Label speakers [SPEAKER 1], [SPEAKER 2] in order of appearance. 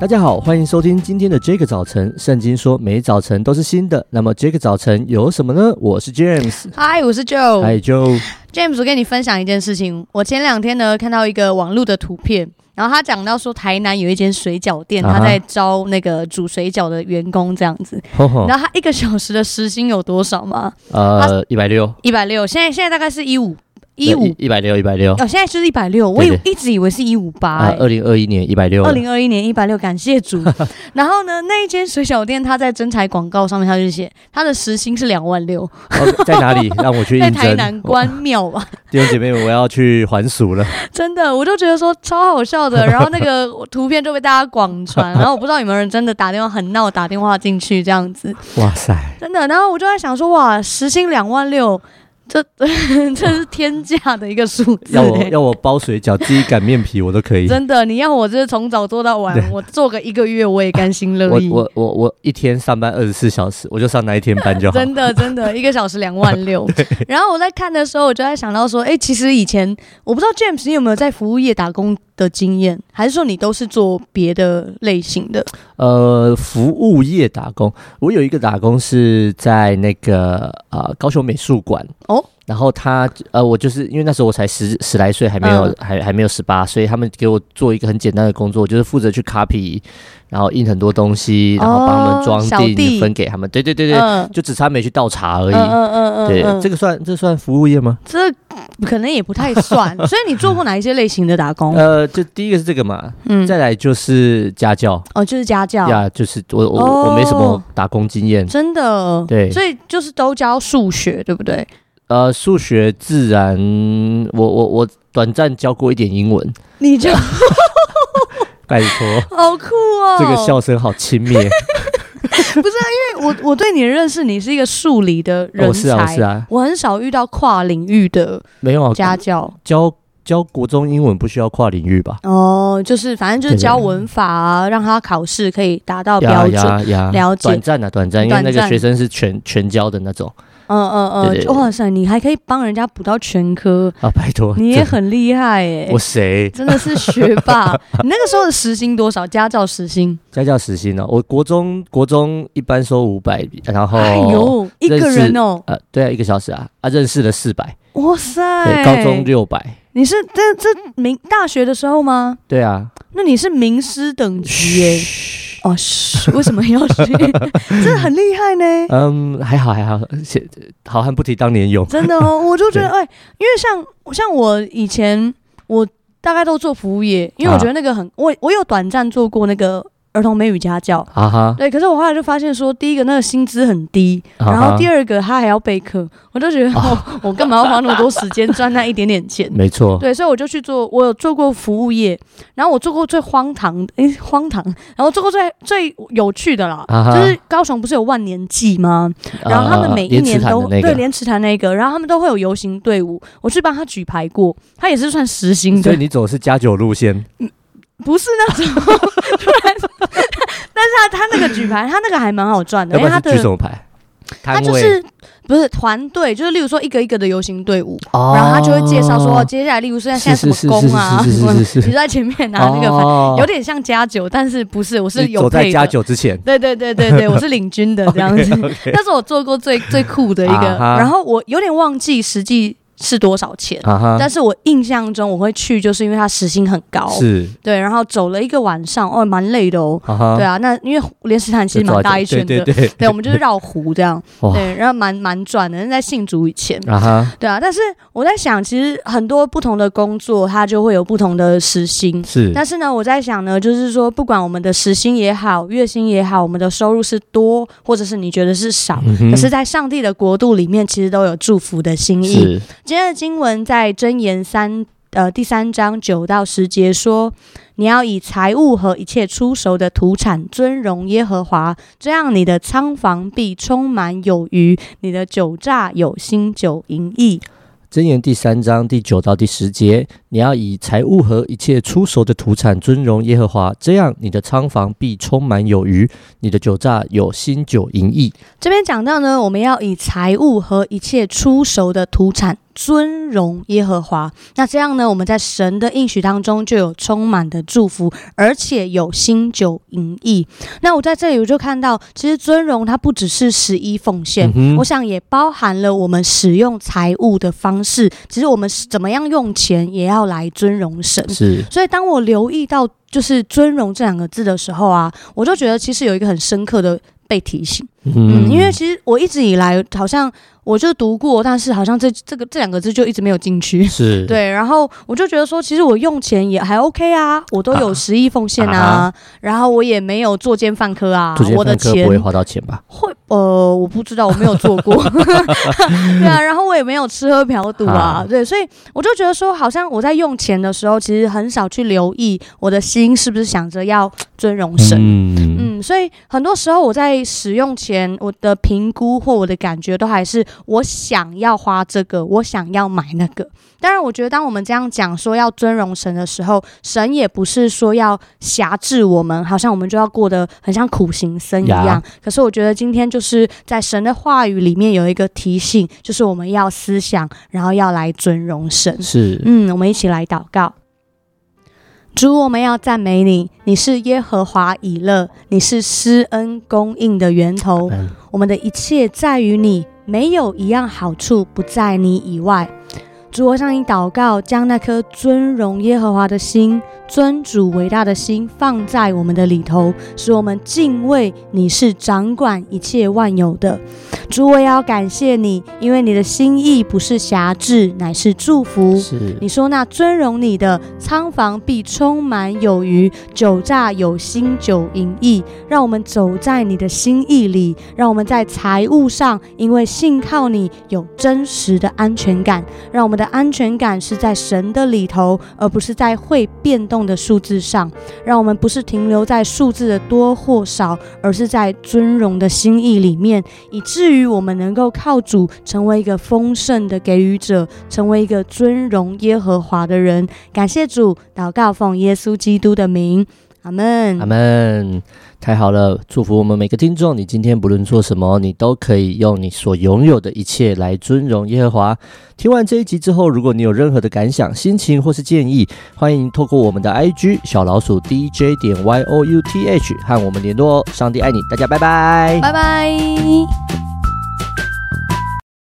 [SPEAKER 1] 大家好，欢迎收听今天的这个早晨。圣经说每早晨都是新的，那么这个早晨有什么呢？我是 James，
[SPEAKER 2] 嗨，我是 Joe。
[SPEAKER 1] 嗨 Joe，
[SPEAKER 2] James，我跟你分享一件事情。我前两天呢看到一个网络的图片，然后他讲到说台南有一间水饺店，
[SPEAKER 1] 啊哈
[SPEAKER 2] 他在招那个煮水饺的员工这样子。
[SPEAKER 1] 吼吼
[SPEAKER 2] 你，知道他一个小时的时薪有多少吗？
[SPEAKER 1] 呃，一百六，
[SPEAKER 2] 一百六。现在现在大概是一五啊一
[SPEAKER 1] 对
[SPEAKER 2] 五，
[SPEAKER 1] 一百六，一百六，
[SPEAKER 2] 哦，现在就是一百六。我以
[SPEAKER 1] 对
[SPEAKER 2] 一直以为是一五八，欸
[SPEAKER 1] 啊，二零二一年一百六，
[SPEAKER 2] 二零二一年一百六，感谢 主。然后呢，那一间水饺店，他在征才广告上面他就写他的时薪是两万六，
[SPEAKER 1] 哦在 哪里？让我去
[SPEAKER 2] 在
[SPEAKER 1] 应
[SPEAKER 2] 台南
[SPEAKER 1] 征。哦
[SPEAKER 2] 关庙啊吧。
[SPEAKER 1] 弟兄姐妹们，我要去还俗 了。
[SPEAKER 2] 真的，我就觉得说超好 笑的，然后那个图片就被大家广传，然后我不知道有没有人真的打电话很闹打电话进去这样子，
[SPEAKER 1] 哇塞，
[SPEAKER 2] 真的，然后我就在想说，哇，时薪两万六，这 这是天价的一个数字、
[SPEAKER 1] 要我
[SPEAKER 2] 欸
[SPEAKER 1] 要我包水饺，自己擀面皮我都可以。
[SPEAKER 2] 真的，你要我就是从早做到晚，我做个一个月我也甘心乐
[SPEAKER 1] 我
[SPEAKER 2] 意。
[SPEAKER 1] 我我我一天上班二十四小时，我就上那一天班就好。
[SPEAKER 2] 真的真的，一个小时两万 六。然后我在看的时候，我就在想到说，哎、其实以前我不知道 James 你有没有在服务业打工的经验，还是说你都是做别的类型的？
[SPEAKER 1] 呃，服务业打工，我有一个打工是在那个呃高雄美术馆
[SPEAKER 2] 哦，
[SPEAKER 1] 然后他呃，我就是因为那时候我才十十来岁，还没有、
[SPEAKER 2] 嗯
[SPEAKER 1] 还还没有十八，所以他们给我做一个很简单的工作，就是负责去 copy，然后印很多东西，然后帮他们
[SPEAKER 2] 哦
[SPEAKER 1] 装
[SPEAKER 2] 小
[SPEAKER 1] 订、
[SPEAKER 2] 弟
[SPEAKER 1] 分给他们，对对对对，
[SPEAKER 2] 嗯
[SPEAKER 1] 就只差没去倒茶而已。
[SPEAKER 2] 嗯嗯嗯嗯，
[SPEAKER 1] 对，
[SPEAKER 2] 嗯
[SPEAKER 1] 这个算这算服务业吗？
[SPEAKER 2] 这可能也不太 算。所以你做过哪一些类型的打工？
[SPEAKER 1] 呃，就第一个是这个嘛，
[SPEAKER 2] 哦嗯，
[SPEAKER 1] 再来就是家教
[SPEAKER 2] 哦，就是家教，
[SPEAKER 1] 呀，就是我我、我
[SPEAKER 2] 哦
[SPEAKER 1] 没什么打工经验，
[SPEAKER 2] 真的，
[SPEAKER 1] 对
[SPEAKER 2] 所以就是都教数学，对不对？
[SPEAKER 1] 呃，数学、自然，我我我短暂教过一点英文，
[SPEAKER 2] 你就，
[SPEAKER 1] 拜托
[SPEAKER 2] 好酷哦！
[SPEAKER 1] 这个笑声好轻蔑。
[SPEAKER 2] 因为我我对你的认识，你是一个数理的人才，
[SPEAKER 1] 我是啊，我是啊，
[SPEAKER 2] 我很少遇到跨领域的
[SPEAKER 1] 没有啊，
[SPEAKER 2] 家教
[SPEAKER 1] 教教国中英文不需要跨领域吧？
[SPEAKER 2] 哦，就是反正就是
[SPEAKER 1] 对对
[SPEAKER 2] 教文法啊，让他考试可以达到
[SPEAKER 1] 呀
[SPEAKER 2] 哦标准。
[SPEAKER 1] 呀呀，
[SPEAKER 2] 了解
[SPEAKER 1] 短暂啊，短暂，因为
[SPEAKER 2] 短
[SPEAKER 1] 那个
[SPEAKER 2] 暂
[SPEAKER 1] 学生是全全教的那种
[SPEAKER 2] 嗯嗯
[SPEAKER 1] 对对
[SPEAKER 2] 嗯，
[SPEAKER 1] 对
[SPEAKER 2] 哇塞，你还可以帮人家补到全科，
[SPEAKER 1] 啊，拜托，
[SPEAKER 2] 你也
[SPEAKER 1] 这
[SPEAKER 2] 很厉害哎、
[SPEAKER 1] 我谁
[SPEAKER 2] 真的是学霸。 你那个时候的时薪多少？家教时薪？
[SPEAKER 1] 家教时薪呢？哦我国中国中一般收五百，然后
[SPEAKER 2] 哎呦，一个人哦，
[SPEAKER 1] 呃，对啊，一个小时啊，啊，认识了四百，
[SPEAKER 2] 哇
[SPEAKER 1] 对，
[SPEAKER 2] 塞！
[SPEAKER 1] 高中六百，
[SPEAKER 2] 你是这这明大学的时候吗？
[SPEAKER 1] 对啊，
[SPEAKER 2] 那你是名师等级耶？哦，嘘为什么要 学？这很厉害呢。
[SPEAKER 1] 嗯，还好还好，谢好汉不提当年勇。
[SPEAKER 2] 真的哦，我就觉得，哎、因为像像我以前，我大概都做服务业，因为我觉得那个很，我我有短暂做过那个儿童美语家教，
[SPEAKER 1] 啊哈，
[SPEAKER 2] 对，可是我后来就发现说，第一个那个薪资很低，
[SPEAKER 1] 啊
[SPEAKER 2] 然
[SPEAKER 1] 哈啊
[SPEAKER 2] 后第二个他还要备课，我就觉得、哦、 我干嘛要花那么多时间赚那一点点 钱？
[SPEAKER 1] 没错，
[SPEAKER 2] 对，所以我就去做，我有做过服务业，然后我做过最荒唐的，诶、荒唐，然后做过最最有趣的啦，
[SPEAKER 1] 啊哈啊
[SPEAKER 2] 就是高雄不是有万年祭吗？然后他们每一年都、
[SPEAKER 1] 呃莲池潭的那
[SPEAKER 2] 对
[SPEAKER 1] 个，
[SPEAKER 2] 莲池潭那个，然后他们都会有游行队伍，我去帮他举牌过，他也是算实行
[SPEAKER 1] 所以
[SPEAKER 2] 的，
[SPEAKER 1] 你走的是加九路线
[SPEAKER 2] 不是那种突然， 但是他他那个举牌，他那个还蛮好赚的，
[SPEAKER 1] 要
[SPEAKER 2] 因
[SPEAKER 1] 不
[SPEAKER 2] 为
[SPEAKER 1] 然
[SPEAKER 2] 他
[SPEAKER 1] 是举什
[SPEAKER 2] 的
[SPEAKER 1] 么牌？
[SPEAKER 2] 他
[SPEAKER 1] 摊
[SPEAKER 2] 就
[SPEAKER 1] 位，
[SPEAKER 2] 是不是团队，就是例如说一个一个的游行队伍，
[SPEAKER 1] 哦
[SPEAKER 2] 然后他就会介绍说，哦接下来例如说现在什
[SPEAKER 1] 是
[SPEAKER 2] 么
[SPEAKER 1] 是是
[SPEAKER 2] 弓啊，
[SPEAKER 1] 是是
[SPEAKER 2] 什么
[SPEAKER 1] 是是是
[SPEAKER 2] 你在前面拿那个牌，
[SPEAKER 1] 哦
[SPEAKER 2] 有点像加酒，但是不是，我是
[SPEAKER 1] 你
[SPEAKER 2] 有
[SPEAKER 1] 走在
[SPEAKER 2] 配的
[SPEAKER 1] 加。九之前，
[SPEAKER 2] 对对 对对对，我是领军的这样子。那是我做过最最酷的一个
[SPEAKER 1] 啊，哈
[SPEAKER 2] 然后我有点忘记实际是多少钱，
[SPEAKER 1] 啊哈，
[SPEAKER 2] 但是我印象中我会去，就是因为它时薪很高，
[SPEAKER 1] 是
[SPEAKER 2] 对，然后走了一个晚上，哦，蛮累的哦，
[SPEAKER 1] 啊哈，
[SPEAKER 2] 对啊，那因为莲池潭其
[SPEAKER 1] 就
[SPEAKER 2] 实
[SPEAKER 1] 走
[SPEAKER 2] 蛮
[SPEAKER 1] 在
[SPEAKER 2] 大
[SPEAKER 1] 这
[SPEAKER 2] 一圈的，
[SPEAKER 1] 对对对，
[SPEAKER 2] 对我们就是绕湖这样，
[SPEAKER 1] 哇
[SPEAKER 2] 对，然后蛮蛮赚的，那在信主以前。
[SPEAKER 1] 啊哈，
[SPEAKER 2] 对啊，但是我在想，其实很多不同的工作，它就会有不同的时薪。
[SPEAKER 1] 是
[SPEAKER 2] 但是呢，我在想呢，就是说，不管我们的时薪也好，月薪也好，我们的收入是多，或者是你觉得是少，
[SPEAKER 1] 嗯哼
[SPEAKER 2] 可是，在上帝的国度里面，其实都有祝福的心意。
[SPEAKER 1] 是
[SPEAKER 2] 今天的经文在箴言三呃第三章九到十节说：“你要以财物和一切出熟的土产尊荣耶和华，这样你的仓房必充满有余，你的酒榨有新酒盈溢。
[SPEAKER 1] 箴言第三章第九到第十节，你要以财物和一切出手的土产尊荣耶和华，这样你的仓房必充满有余，你的酒榨有新酒盈溢。”
[SPEAKER 2] 这边讲到呢，我们要以财物和一切出熟的土产尊荣耶和华。那这样呢，我们在神的应许当中就有充满的祝福，而且有新酒盈溢。那我在这里我就看到，其实尊荣它不只是十一奉献
[SPEAKER 1] 嗯，哼
[SPEAKER 2] 我想也包含了我们使用财物的方式。其实我们是怎么样用钱，也要来尊荣神。
[SPEAKER 1] 是
[SPEAKER 2] 所以当我留意到就是“尊荣”这两个字的时候啊，我就觉得其实有一个很深刻的被提醒。嗯，因为其实我一直以来好像我就读过，但是好像这这个这两个字就一直没有进去。
[SPEAKER 1] 是
[SPEAKER 2] 对，然后我就觉得说，其实我用钱也还 OK 啊，我都有
[SPEAKER 1] 啊
[SPEAKER 2] 十亿奉献啊，
[SPEAKER 1] 啊
[SPEAKER 2] 然后我也没有作奸犯科啊，
[SPEAKER 1] 做这
[SPEAKER 2] 我的
[SPEAKER 1] 份科
[SPEAKER 2] 钱
[SPEAKER 1] 不会花到钱吧？
[SPEAKER 2] 会呃，我不知道，我没有做 过。对啊，然后我也没有吃喝嫖赌啊
[SPEAKER 1] 啊，
[SPEAKER 2] 对，所以我就觉得说，好像我在用钱的时候，其实很少去留意我的心是不是想着要尊荣神。
[SPEAKER 1] 嗯
[SPEAKER 2] 嗯，所以很多时候我在使用前，我的评估或我的感觉都还是我想要花这个，我想要买那个。当然，我觉得当我们这样讲说要尊荣神的时候，神也不是说要辖制我们，好像我们就要过得很像苦行僧一
[SPEAKER 1] 呀
[SPEAKER 2] 样。可是我觉得今天就是在神的话语里面有一个提醒，就是我们要思想，然后要来尊荣神。
[SPEAKER 1] 是
[SPEAKER 2] 嗯，我们一起来祷告。主，我们要赞美你，你是耶和华以勒，你是施恩供应的源头。
[SPEAKER 1] 嗯
[SPEAKER 2] 我们的一切在于你，没有一样好处不在你以外。主，我向你祷告，将那颗尊荣耶和华的心、尊主伟大的心放在我们的里头，使我们敬畏你是掌管一切万有的。主，我也要感谢你，因为你的心意不是辖制，乃是祝福。
[SPEAKER 1] 是
[SPEAKER 2] 你说那尊荣你的仓房必充满有余，酒榨有新酒盈溢。让我们走在你的心意里，让我们在财务上，因为信靠你有真实的安全感。让我们的安全感是在神的里头，而不是在会变动的数字上。让我们不是停留在数字的多或少，而是在尊荣的心意里面，以至于我们能够靠主成为一个丰盛的给予者，成为一个尊荣耶和华的人。感谢主，祷告奉耶稣基督的名，阿门
[SPEAKER 1] 阿。门，太好了！祝福我们每个听众，你今天不论做什么，你都可以用你所拥有的一切来尊荣耶和华。听完这一集之后，如果你有任何的感想、心情或是建议，欢迎透过我们的 IG 小老鼠 DJ 点 Y O U T H 和我们联络哦。上帝爱你，大家拜拜
[SPEAKER 2] 拜拜。